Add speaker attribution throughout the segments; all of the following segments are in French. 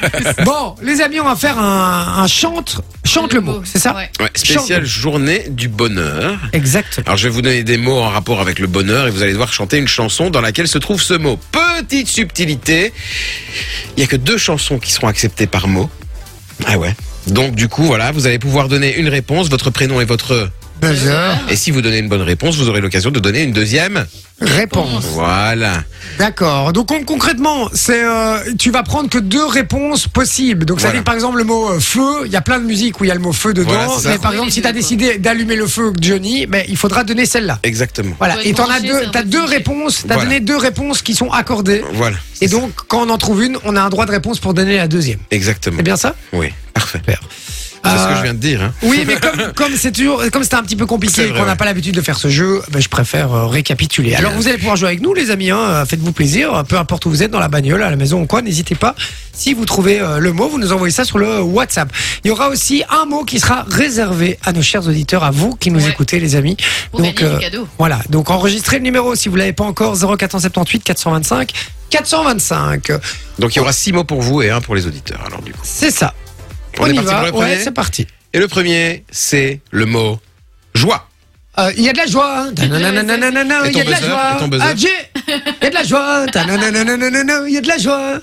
Speaker 1: Bon, les amis, on va faire un, un chante, chante le mot, c'est ça
Speaker 2: Ouais.
Speaker 3: Ouais, spéciale journée du bonheur.
Speaker 1: Exact.
Speaker 3: Alors je vais vous donner des mots en rapport avec le bonheur et vous allez devoir chanter une chanson dans laquelle se trouve ce mot. Petite subtilité, il y a que deux chansons qui seront acceptées par mot. Ah ouais. Donc du coup voilà, vous allez pouvoir donner une réponse, votre prénom et votre
Speaker 1: Buzzer,
Speaker 3: et si vous donnez une bonne réponse, vous aurez l'occasion de donner une deuxième.
Speaker 1: réponse.
Speaker 3: Voilà.
Speaker 1: D'accord. Donc con- concrètement, c'est euh, tu vas prendre que deux réponses possibles. Donc ça veut
Speaker 3: Voilà.
Speaker 1: dire par exemple le mot euh, feu, il y a plein de musiques où il y a le mot feu dedans.
Speaker 3: Voilà, c'est ça.
Speaker 1: mais par exemple, si tu as décidé d'allumer le feu, Johnny, ben, il faudra donner celle-là.
Speaker 3: Exactement.
Speaker 1: Voilà.
Speaker 2: Faut
Speaker 1: Et
Speaker 2: être
Speaker 1: t'en as
Speaker 2: branché,
Speaker 1: deux,
Speaker 2: c'est
Speaker 1: t'as deux
Speaker 2: impossible.
Speaker 1: réponses, t'as
Speaker 3: Voilà.
Speaker 1: donné deux réponses qui sont accordées.
Speaker 3: Voilà. c'est
Speaker 1: Et
Speaker 3: ça.
Speaker 1: donc quand on en trouve une, on a un droit de réponse pour donner la deuxième.
Speaker 3: Exactement.
Speaker 1: C'est eh bien ça
Speaker 3: Oui, parfait. C'est ce
Speaker 1: Euh,
Speaker 3: que je viens de dire. hein.
Speaker 1: Oui, mais comme comme c'est toujours comme c'était un petit peu
Speaker 3: C'est
Speaker 1: compliqué,
Speaker 3: vrai,
Speaker 1: qu'on n'a
Speaker 3: ouais.
Speaker 1: pas l'habitude de faire ce jeu, ben, je préfère euh, récapituler. Alors vous allez pouvoir jouer avec nous, les amis. hein, euh, Faites-vous plaisir, euh, peu importe où vous êtes, dans la bagnole, à la maison ou quoi, n'hésitez pas. Si vous trouvez euh, le mot, vous nous envoyez ça sur le WhatsApp. Il y aura aussi un mot qui sera réservé à nos chers auditeurs, à vous qui nous
Speaker 2: Ouais.
Speaker 1: écoutez, les amis. euh,
Speaker 2: Pour gagner du cadeau.
Speaker 1: Voilà, donc enregistrez le numéro si vous l'avez pas encore 0478 425 425.
Speaker 3: Donc il y aura six mots pour vous et un pour les auditeurs. Alors du coup.
Speaker 1: C'est ça.
Speaker 3: On est
Speaker 1: y
Speaker 3: parti pour
Speaker 1: va.
Speaker 3: le
Speaker 1: ouais,
Speaker 3: premier
Speaker 1: c'est parti.
Speaker 3: Et le premier, c'est le mot joie.
Speaker 1: Euh, Il y a de la joie, hein. Tanananananana,
Speaker 3: Et
Speaker 1: il
Speaker 3: ton
Speaker 1: y a de la
Speaker 3: buzzer
Speaker 1: joie.
Speaker 3: Et ton buzzer
Speaker 1: Ah, j'ai- il y a de la joie, Tanananananana, il y a de la joie.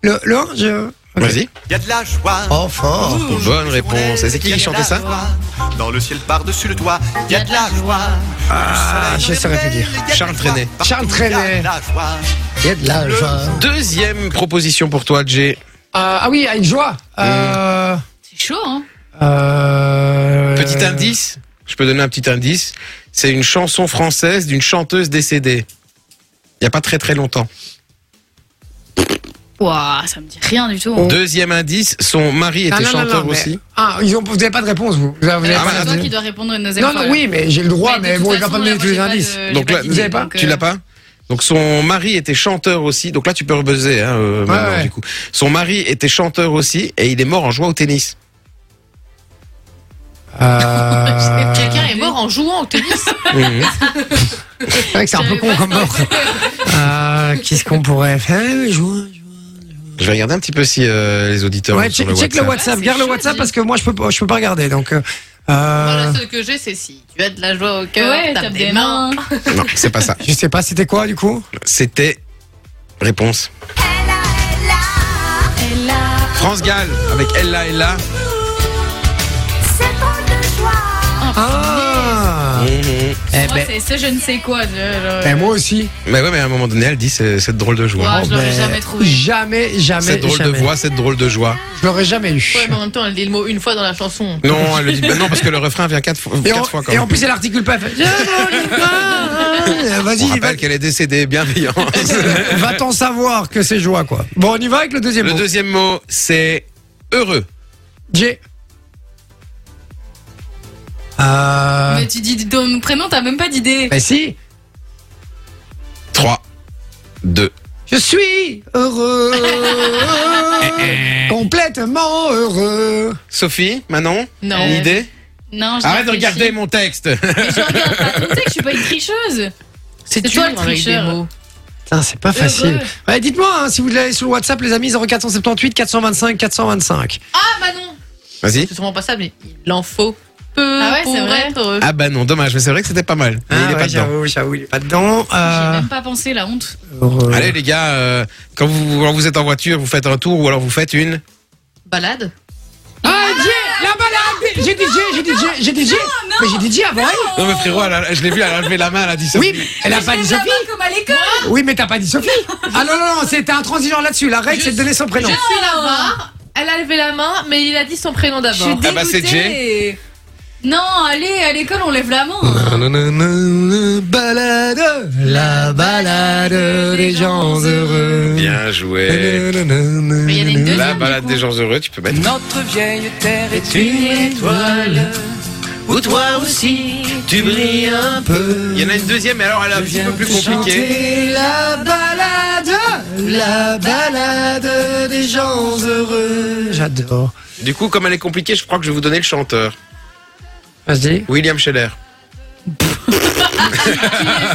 Speaker 1: Le, le un, je- ok. Euh,
Speaker 3: Vas-y.
Speaker 4: Il y a de la joie.
Speaker 1: Oh, fort.
Speaker 3: Bonne réponse. Et c'est qui
Speaker 4: Il y a
Speaker 3: qui
Speaker 4: de
Speaker 3: chantait
Speaker 4: la
Speaker 3: ça
Speaker 4: joie. Dans le ciel par-dessus le toit, il y a de la joie. Ah,
Speaker 1: je saurais plus dire.
Speaker 3: Charles Trenet.
Speaker 1: Charles Trenet. Il y a de la joie.
Speaker 3: Deuxième proposition pour toi, Jay.
Speaker 1: Euh, ah oui, il y a une joie.
Speaker 3: Mm.
Speaker 1: Euh,
Speaker 2: C'est chaud, hein
Speaker 1: euh,
Speaker 3: Petit indice. Je peux donner un petit indice. C'est une chanson française d'une chanteuse décédée. Il n'y a pas très très longtemps.
Speaker 2: Ouah, ça me dit rien du tout. hein.
Speaker 3: Deuxième indice, son mari
Speaker 1: Oh. Non,
Speaker 3: était
Speaker 1: non, non,
Speaker 3: chanteur
Speaker 1: non, mais-
Speaker 3: aussi. Ah, bah,
Speaker 1: Ah, ils ont, vous n'avez pas de réponse, vous. Vous avez
Speaker 2: Euh,
Speaker 1: pas
Speaker 3: mais
Speaker 1: de
Speaker 2: c'est toi
Speaker 3: attendez.
Speaker 2: qui dois répondre à une deuxième
Speaker 1: Ah, Non,
Speaker 2: fois,
Speaker 1: non,
Speaker 2: là.
Speaker 1: oui, mais j'ai le droit,
Speaker 2: Bah, de
Speaker 1: mais
Speaker 2: toute
Speaker 1: bon, il va
Speaker 2: façon,
Speaker 1: pas me
Speaker 2: là,
Speaker 1: donner
Speaker 2: moi,
Speaker 1: tous les
Speaker 2: j'ai pas
Speaker 1: indices.
Speaker 2: de-
Speaker 3: Donc
Speaker 2: j'ai
Speaker 3: là,
Speaker 2: d'idée,
Speaker 1: vous avez pas
Speaker 2: donc,
Speaker 3: Tu
Speaker 2: euh,
Speaker 3: l'as pas Donc son mari était chanteur aussi. Donc là, tu peux rebuzzer. Hein, euh, maintenant,
Speaker 1: ouais.
Speaker 3: du coup. Son mari était chanteur aussi et il est mort en jouant au tennis.
Speaker 1: Euh,
Speaker 2: Quelqu'un est mort en jouant au tennis.
Speaker 3: Mhm.
Speaker 1: C'est vrai que c'est un peu con comme mort. Euh, Qu'est-ce qu'on pourrait faire Eh, joie, joie.
Speaker 3: Je vais regarder un petit peu si euh, les auditeurs.
Speaker 1: Ouais,
Speaker 3: l'ont sur
Speaker 1: check, check le WhatsApp,
Speaker 2: Ouais,
Speaker 1: garde
Speaker 2: Ah, c'est
Speaker 1: le
Speaker 2: chaud,
Speaker 1: WhatsApp
Speaker 2: dis.
Speaker 1: parce que moi je peux pas, je peux pas regarder donc. euh,
Speaker 5: Voilà
Speaker 1: euh,
Speaker 5: ce que j'ai, c'est si tu as de la joie au cœur,
Speaker 2: Ouais, tape des mains.
Speaker 3: Non, c'est pas ça.
Speaker 1: je sais pas, c'était quoi du coup
Speaker 2: Oh.
Speaker 3: C'était réponse. France Gall avec Ella Ella.
Speaker 1: Ah. Eh
Speaker 2: Moi,
Speaker 1: ben,
Speaker 2: Oh, c'est c'est je ne sais quoi. je- je-
Speaker 1: eh, moi aussi.
Speaker 3: Mais ouais, mais à un moment donné, elle dit c'est- cette drôle de joie.
Speaker 2: Ah, je l'aurais
Speaker 1: Ben,
Speaker 2: jamais trouvé.
Speaker 1: Jamais, jamais.
Speaker 3: cette drôle
Speaker 1: jamais.
Speaker 3: de voix, cette drôle de joie.
Speaker 1: Je l'aurais jamais eu.
Speaker 5: Ouais, mais en même temps, elle dit le mot une fois dans la chanson.
Speaker 3: Non, elle le dit. bah non, parce que le refrain vient quatre fois.
Speaker 1: Et
Speaker 3: quatre
Speaker 1: en,
Speaker 3: fois quand
Speaker 1: et
Speaker 3: même.
Speaker 1: en plus, elle articule pas. elle fait, Ah,
Speaker 3: On
Speaker 1: Vas-y, va-
Speaker 3: rappelle qu'elle est décédée, bienveillante.
Speaker 1: va t'en savoir que c'est joie quoi. Bon, on y va avec le deuxième.
Speaker 3: le
Speaker 1: mot.
Speaker 3: deuxième mot, c'est heureux.
Speaker 1: J'ai. Euh...
Speaker 2: Mais tu dis dans mon prénom, t'as même pas d'idée.
Speaker 1: Mais si,
Speaker 3: 3, 2.
Speaker 1: je suis heureux, complètement heureux.
Speaker 3: Sophie, Manon,
Speaker 5: Non.
Speaker 3: une
Speaker 2: Euh,
Speaker 3: idée
Speaker 2: Non, j'ai
Speaker 3: Arrête de
Speaker 2: réfléchi.
Speaker 3: regarder mon texte.
Speaker 2: Mais je regarde pas. Tu sais que je suis pas une tricheuse.
Speaker 5: C'est
Speaker 2: C'est
Speaker 5: dur
Speaker 2: toi le
Speaker 5: avec des
Speaker 2: tricheur.
Speaker 5: mots.
Speaker 1: Putain, c'est pas facile. Ouais, dites-moi hein, si vous l'avez sur le WhatsApp, les amis, 0478 425 425.
Speaker 5: Ah bah non
Speaker 3: Vas-y.
Speaker 5: C'est sûrement pas ça, mais il en faut peu
Speaker 2: Ah ouais,
Speaker 5: pour
Speaker 2: c'est vrai.
Speaker 5: être euh, heureux.
Speaker 3: Ah bah non, dommage, mais c'est vrai que c'était pas mal. Mais il est
Speaker 1: Ah ouais,
Speaker 3: pas dedans.
Speaker 1: j'avoue, j'avoue, il est pas dedans.
Speaker 2: J'ai
Speaker 1: Euh,
Speaker 2: même pas pensé, la honte.
Speaker 1: heureux.
Speaker 3: Allez les gars, euh, quand, vous, quand vous êtes en voiture, vous faites un tour ou alors vous faites une.
Speaker 5: Balade
Speaker 1: Ah, DJ, la balade J'ai DJ, j'ai DJ, j'ai DJ. Mais j'ai DJ avant elle.
Speaker 3: Non mais frérot, elle a- je l'ai vu, elle a levé la main, elle a dit ça.
Speaker 1: Oui, mais elle a pas
Speaker 2: Je
Speaker 1: dit
Speaker 2: lève la
Speaker 1: Sophie.
Speaker 2: main comme à l'école.
Speaker 1: Oui, mais t'as pas dit Sophie. Ah non, non, non, c'était intransigeant là-dessus. La règle, c'est de donner son prénom.
Speaker 5: Je suis la barre, elle a levé la main, mais il a dit son prénom
Speaker 2: Je suis
Speaker 5: d'abord.
Speaker 3: Ah bah, c'est
Speaker 2: dégoûtée. Non, allez, à l'école, on lève la main.
Speaker 1: Nanana, Balade, la balade des gens heureux.
Speaker 3: Bien joué.
Speaker 1: Mais
Speaker 5: il y en a une deuxième.
Speaker 3: La balade des gens heureux, tu peux mettre.
Speaker 6: Notre vieille terre est une étoile, où toi aussi tu brilles un peu.
Speaker 3: Il y en a une deuxième, mais alors elle est un petit peu plus compliquée.
Speaker 6: Chanter la balade, la balade des gens heureux.
Speaker 1: J'adore.
Speaker 3: Du coup, comme elle est compliquée, je crois que je vais vous donner le chanteur.
Speaker 1: Vas-y.
Speaker 3: William Scheller.
Speaker 5: Qui est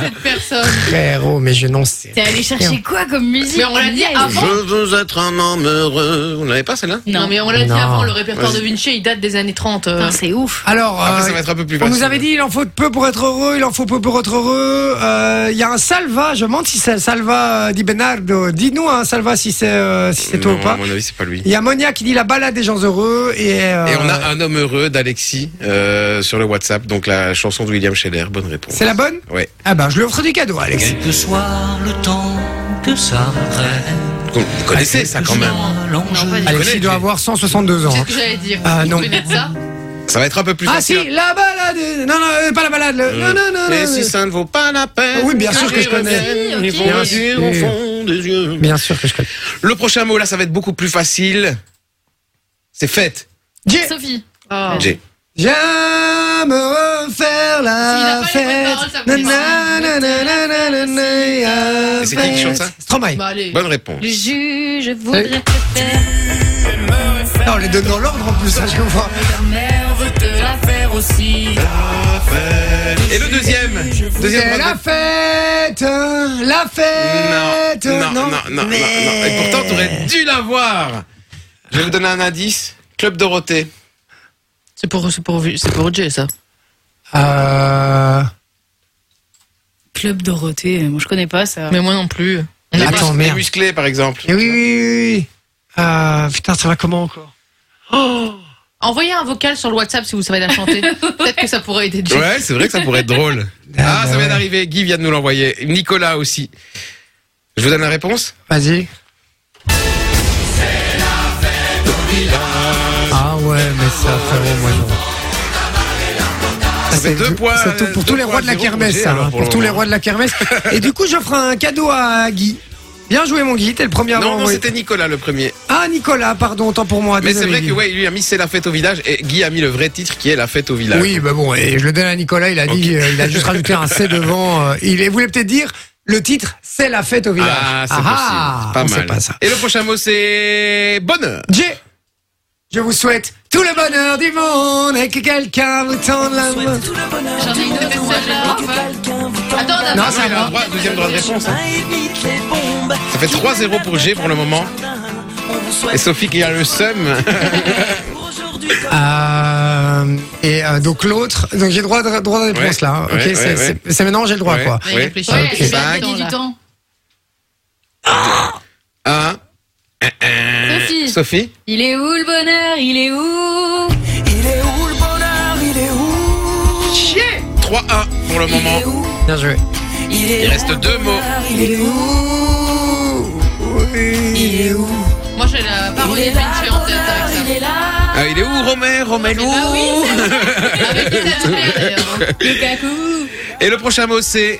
Speaker 5: cette personne
Speaker 1: Frérot, mais je n'en sais.
Speaker 2: T'es allé chercher quoi comme musique
Speaker 5: Mais on l'a dit
Speaker 2: Agnès
Speaker 5: avant.
Speaker 3: Je veux être un homme heureux. On l'avait pas celle-là
Speaker 5: Non,
Speaker 2: euh,
Speaker 5: mais on l'a dit
Speaker 1: Non.
Speaker 5: avant, le répertoire de
Speaker 3: Vas-y.
Speaker 5: Vinci, il date des années 30. euh.
Speaker 2: Putain, C'est ouf.
Speaker 1: Alors,
Speaker 3: Après, ça
Speaker 1: euh,
Speaker 3: va être un peu plus
Speaker 1: on
Speaker 3: facile.
Speaker 1: nous avait dit il en faut peu pour être heureux, il en faut peu pour être heureux. Euh, Il y a un Salva, je me demande si c'est Salva euh, Di Bernardo. Dis-nous, hein, Salva, si c'est euh, si c'est toi
Speaker 3: Non,
Speaker 1: ou pas.
Speaker 3: À mon avis, c'est pas lui.
Speaker 1: Il y a Monia qui dit la balade des gens heureux et. euh,
Speaker 3: Et on a un homme heureux d'Alexis euh, sur le WhatsApp. Donc la chanson de William Scheller. Bonne réponse.
Speaker 1: C'est la bonne
Speaker 3: Ouais.
Speaker 1: Ah ben, je lui offre du cadeau, Alex.
Speaker 6: Que soit le temps que ça prenne.
Speaker 3: Vous connaissez ça quand même.
Speaker 6: L'enjeu
Speaker 5: Non, pas
Speaker 3: Allez.
Speaker 5: du
Speaker 1: Alex,
Speaker 3: connais,
Speaker 1: il doit
Speaker 3: tu-
Speaker 1: avoir 162 ans.
Speaker 5: C'est
Speaker 1: hein.
Speaker 5: ce que j'allais dire.
Speaker 1: Ah,
Speaker 5: Vous
Speaker 1: non.
Speaker 5: connaissez ça
Speaker 3: Ça va être un peu plus
Speaker 1: Ah
Speaker 3: facile.
Speaker 1: si, la balade. Non, non, euh, pas la balade. le- Non, non, non,
Speaker 3: Mais
Speaker 1: non,
Speaker 3: si
Speaker 1: non.
Speaker 3: ça ne vaut pas la peine.
Speaker 1: Oui, bien sûr que je
Speaker 3: qu'ils
Speaker 1: connais.
Speaker 3: reviennent,
Speaker 5: Oui,
Speaker 3: Ils
Speaker 5: ok.
Speaker 3: vont
Speaker 5: Bien
Speaker 3: dire
Speaker 1: sûr.
Speaker 3: au fond des yeux.
Speaker 1: Bien sûr que je connais.
Speaker 3: Le prochain mot là, ça va être beaucoup plus facile. C'est fête.
Speaker 1: J'ai-
Speaker 2: Ah, Sophie.
Speaker 5: Oh.
Speaker 3: J'ai.
Speaker 1: J'aime refaire la
Speaker 5: S'il a pas les bonnes
Speaker 1: fête.
Speaker 5: paroles, ça me fait
Speaker 1: Nanana, nanana, nanana,
Speaker 3: Et c'est qui qui chante ça
Speaker 1: fête. Stromae.
Speaker 5: Bah, allez.
Speaker 3: Bonne réponse.
Speaker 2: Le jus, je
Speaker 3: Euh.
Speaker 2: voudrais te faire.
Speaker 1: Non, on les donne dans l'ordre en plus, ça je comprends.
Speaker 5: Euh,
Speaker 3: Et le deuxième. Deuxième.
Speaker 1: C'est
Speaker 3: mode de-
Speaker 1: la fête,
Speaker 5: hein,
Speaker 1: la fête.
Speaker 3: Non, non, non, non,
Speaker 1: mais-
Speaker 3: non, non. Et pourtant, t'aurais dû l'avoir. Je vais vous donner un indice. Club Dorothée.
Speaker 5: C'est pour, c'est pour, c'est pour Jay, ça.
Speaker 1: Euh,
Speaker 2: Club Dorothée, euh, moi je connais pas ça.
Speaker 5: Mais moi non plus. Ah. On
Speaker 3: Les
Speaker 5: est
Speaker 1: Attends,
Speaker 3: mus-
Speaker 1: merde.
Speaker 3: Les musclés, par exemple.
Speaker 1: et eh oui, oui, oui. Euh, putain, ça va comment encore
Speaker 5: pas- Envoyez un vocal sur le WhatsApp si vous savez la chanter. Peut-être que ça pourrait aider Jay.
Speaker 3: Ouais, c'est vrai que ça pourrait être drôle. Ah,
Speaker 1: bah
Speaker 3: ça vient
Speaker 1: ouais.
Speaker 3: d'arriver. Guy vient de nous l'envoyer. Nicolas aussi. Je vous donne la réponse
Speaker 1: Vas-y. Ah ouais, mais ça, frérot, moi je. Ça,
Speaker 3: fait deux
Speaker 1: du-
Speaker 3: points,
Speaker 1: c'est tout pour
Speaker 3: deux
Speaker 1: tous les
Speaker 3: points
Speaker 1: rois de la
Speaker 3: zéro pour
Speaker 1: kermesse,
Speaker 3: G,
Speaker 1: ça,
Speaker 3: alors,
Speaker 1: hein,
Speaker 3: pour
Speaker 1: pour
Speaker 3: le
Speaker 1: tous les
Speaker 3: moment.
Speaker 1: rois de la kermesse. Et du coup, j'offre un cadeau à Guy. Bien joué, mon Guy, t'es le premier à
Speaker 3: Non,
Speaker 1: avoir
Speaker 3: non,
Speaker 1: envoyé.
Speaker 3: c'était Nicolas le premier.
Speaker 1: Ah, Nicolas, pardon, tant pour moi.
Speaker 3: Mais c'est
Speaker 1: désolé,
Speaker 3: vrai
Speaker 1: Guy.
Speaker 3: que, ouais, lui a mis C'est la fête au village et Guy a mis le vrai titre qui est La fête au village.
Speaker 1: Oui, bah bon, et je le donne à Nicolas, il a dit, euh, il a juste rajouté un C devant. euh, il voulait peut-être dire, le titre, c'est la fête au village.
Speaker 3: Ah, c'est
Speaker 1: ah,
Speaker 3: possible. Pas
Speaker 1: on
Speaker 3: mal.
Speaker 1: sait pas ça.
Speaker 3: Et le prochain mot, c'est bonheur.
Speaker 1: Jay, je vous souhaite tout le bonheur du monde et que quelqu'un vous tende la main.
Speaker 5: J'en ai une autre, moi, j'ai le droit ou pas Attends, on a-
Speaker 1: Non,
Speaker 3: Ah,
Speaker 1: ça
Speaker 3: il a
Speaker 1: va.
Speaker 3: un droit, deuxième droit de réponse. hein. Ça fait 3-0 pour G pour le moment. Et Sophie qui a le seum.
Speaker 1: Euh, et euh, donc l'autre, donc j'ai droit de, droit de réponse
Speaker 3: Ouais,
Speaker 1: là. hein. Ok,
Speaker 3: ouais,
Speaker 1: c'est
Speaker 3: ouais,
Speaker 1: c'est-
Speaker 3: ouais.
Speaker 1: c'est maintenant j'ai le droit
Speaker 3: Ouais.
Speaker 1: quoi.
Speaker 5: Ouais,
Speaker 3: Oui.
Speaker 5: réfléchis.
Speaker 3: Ah,
Speaker 2: Ouais, Eh,
Speaker 3: ok.
Speaker 2: je vais
Speaker 3: Bah,
Speaker 2: gagner
Speaker 5: là.
Speaker 2: du temps.
Speaker 3: 1.
Speaker 2: Sophie.
Speaker 3: Euh, Sophie
Speaker 2: Il est où le bonheur Il est où
Speaker 3: 3-1 pour le moment.
Speaker 1: Bien joué.
Speaker 3: Il reste deux mots.
Speaker 1: Il est où Il est où
Speaker 5: Moi, j'ai la parodie de Vinci en tête avec
Speaker 3: Ah, il est où Romain Romelu
Speaker 5: Ah ça. Avec Isabelle, d'ailleurs. hein.
Speaker 2: Lukaku
Speaker 3: Et le prochain mot c'est.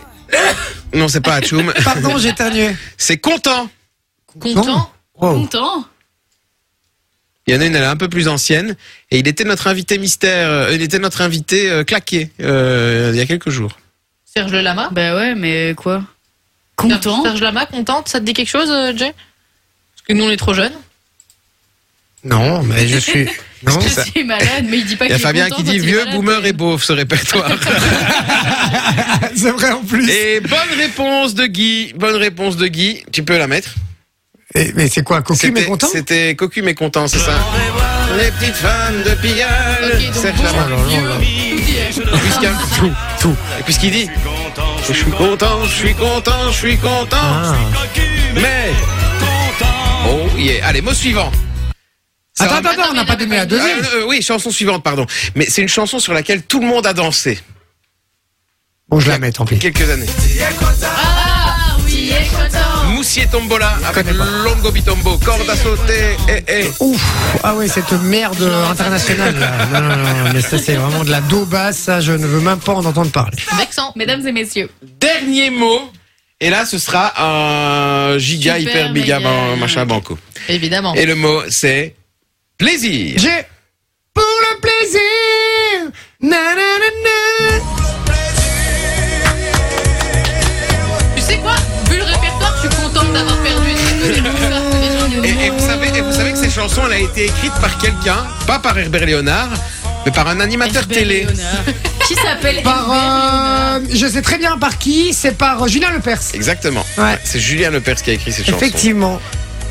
Speaker 3: Non, c'est pas Atchoum.
Speaker 1: Pardon, j'ai éternué.
Speaker 3: C'est content.
Speaker 1: Non.
Speaker 5: Content
Speaker 3: Oh.
Speaker 1: Wow.
Speaker 2: Content
Speaker 3: Il y en a une, elle est un peu plus ancienne. Et il était notre invité mystère. euh, il était notre invité euh, claqué euh, il y a quelques jours.
Speaker 5: Serge le Lama
Speaker 2: Bah ouais, mais quoi Content
Speaker 5: Serge Lama, contente, ça te dit quelque chose, euh, Jay Parce que nous, on est trop jeunes.
Speaker 1: Non, mais je suis. Non.
Speaker 2: Je suis malade, mais il dit pas
Speaker 3: Il
Speaker 2: qu'il
Speaker 3: y
Speaker 2: est
Speaker 3: a Fabien
Speaker 2: content
Speaker 3: qui
Speaker 2: quand
Speaker 3: dit
Speaker 2: il est
Speaker 3: vieux,
Speaker 2: malade,
Speaker 3: boomer
Speaker 2: mais-
Speaker 3: et beauf ce répertoire.
Speaker 1: C'est vrai en plus.
Speaker 3: et bonne réponse de Guy. Bonne réponse de Guy. Tu peux la mettre.
Speaker 1: Et- mais c'est quoi, cocu mais
Speaker 3: C'était-
Speaker 1: content
Speaker 3: C'était cocu mais content, c'est ça. Les petites femmes de Pigalle.
Speaker 5: Ok, donc
Speaker 3: Serge
Speaker 5: bon,
Speaker 3: Lama. Et puis ce qu'il y a-
Speaker 1: Tout.
Speaker 3: Et puis ce qu'il dit Je suis content, je suis content, je suis content.
Speaker 1: Ah.
Speaker 3: Mais Oh yeah. Allez, mot suivant. Ça
Speaker 1: Attends,
Speaker 3: va-
Speaker 1: attends, attends, on n'a pas donné la
Speaker 3: Ah,
Speaker 1: deuxième.
Speaker 3: euh, oui, chanson suivante, pardon. Mais c'est une chanson sur laquelle tout le monde a dansé.
Speaker 1: Bon, je la mets, tant pis.
Speaker 3: Quelques années.
Speaker 5: Ah oui, il est content
Speaker 3: Moussier Tombola avec
Speaker 1: connais pas.
Speaker 3: Longo Bitombo, corde à sauter. Eh, eh.
Speaker 1: Ouf, ah ouais, cette merde internationale. Là. Non, non, non, mais ça c'est vraiment de la dos basse, ça je ne veux même pas en entendre parler.
Speaker 5: Vexant.
Speaker 2: Mesdames et messieurs,
Speaker 3: Dernier mot. Et là, ce sera un giga
Speaker 5: Super
Speaker 3: hyper biga
Speaker 5: méga.
Speaker 3: ban- machin banco.
Speaker 5: Évidemment.
Speaker 3: Et le mot, c'est plaisir.
Speaker 1: J'ai pour le plaisir. Na, na, na, na.
Speaker 5: Tu sais quoi Vu le répertoire, je suis contente d'avoir perdu.
Speaker 3: Et, et vous savez, et vous savez que cette chanson, elle a été écrite par quelqu'un, pas par Herbert Léonard, mais par un animateur télé.
Speaker 2: Qui s'appelle
Speaker 1: Par,
Speaker 2: Hubert
Speaker 1: euh, je sais très bien par qui, c'est par euh, Julien Lepers.
Speaker 3: Exactement.
Speaker 1: Ouais.
Speaker 3: C'est Julien Lepers qui a écrit cette chanson.
Speaker 1: Effectivement.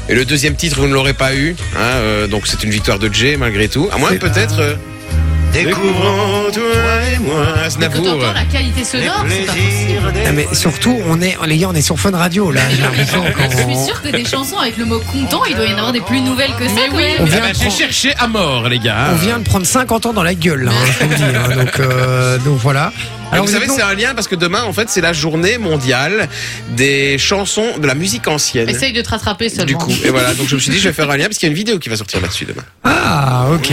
Speaker 3: Et le deuxième titre, vous ne l'aurez pas eu. hein, euh, donc c'est une victoire de Jay malgré tout. À moins
Speaker 1: C'est-
Speaker 3: peut-être. euh, Découvrons toi et moi.
Speaker 5: Quand
Speaker 3: Snapour.
Speaker 5: t'entends la
Speaker 3: euh,
Speaker 5: qualité sonore, c'est pas possible.
Speaker 1: Ah, mais surtout, on est, les gars, on est sur Fun Radio là. J'ai l'impression qu'on-
Speaker 2: Je suis sûr que des chansons avec le mot content, il doit y en avoir des plus nouvelles que ça.
Speaker 5: Mais
Speaker 2: quand
Speaker 5: oui.
Speaker 1: on
Speaker 2: même.
Speaker 1: vient
Speaker 7: Ah bah,
Speaker 1: de
Speaker 7: J'ai
Speaker 1: prendre-
Speaker 7: cherché à mort, les gars.
Speaker 1: On vient de prendre 50 ans dans la gueule, là, hein, je vous le dis. hein. donc, euh, donc voilà.
Speaker 3: Alors vous,
Speaker 1: êtes
Speaker 3: savez,
Speaker 1: donc-
Speaker 3: c'est un lien parce que demain, en fait, c'est la journée mondiale des chansons de la musique ancienne.
Speaker 5: Essaye de te rattraper seulement.
Speaker 3: Du coup, et voilà. Donc je me suis dit, je vais faire un lien parce qu'il y a une vidéo qui va sortir là-dessus demain.
Speaker 1: Ah, ok.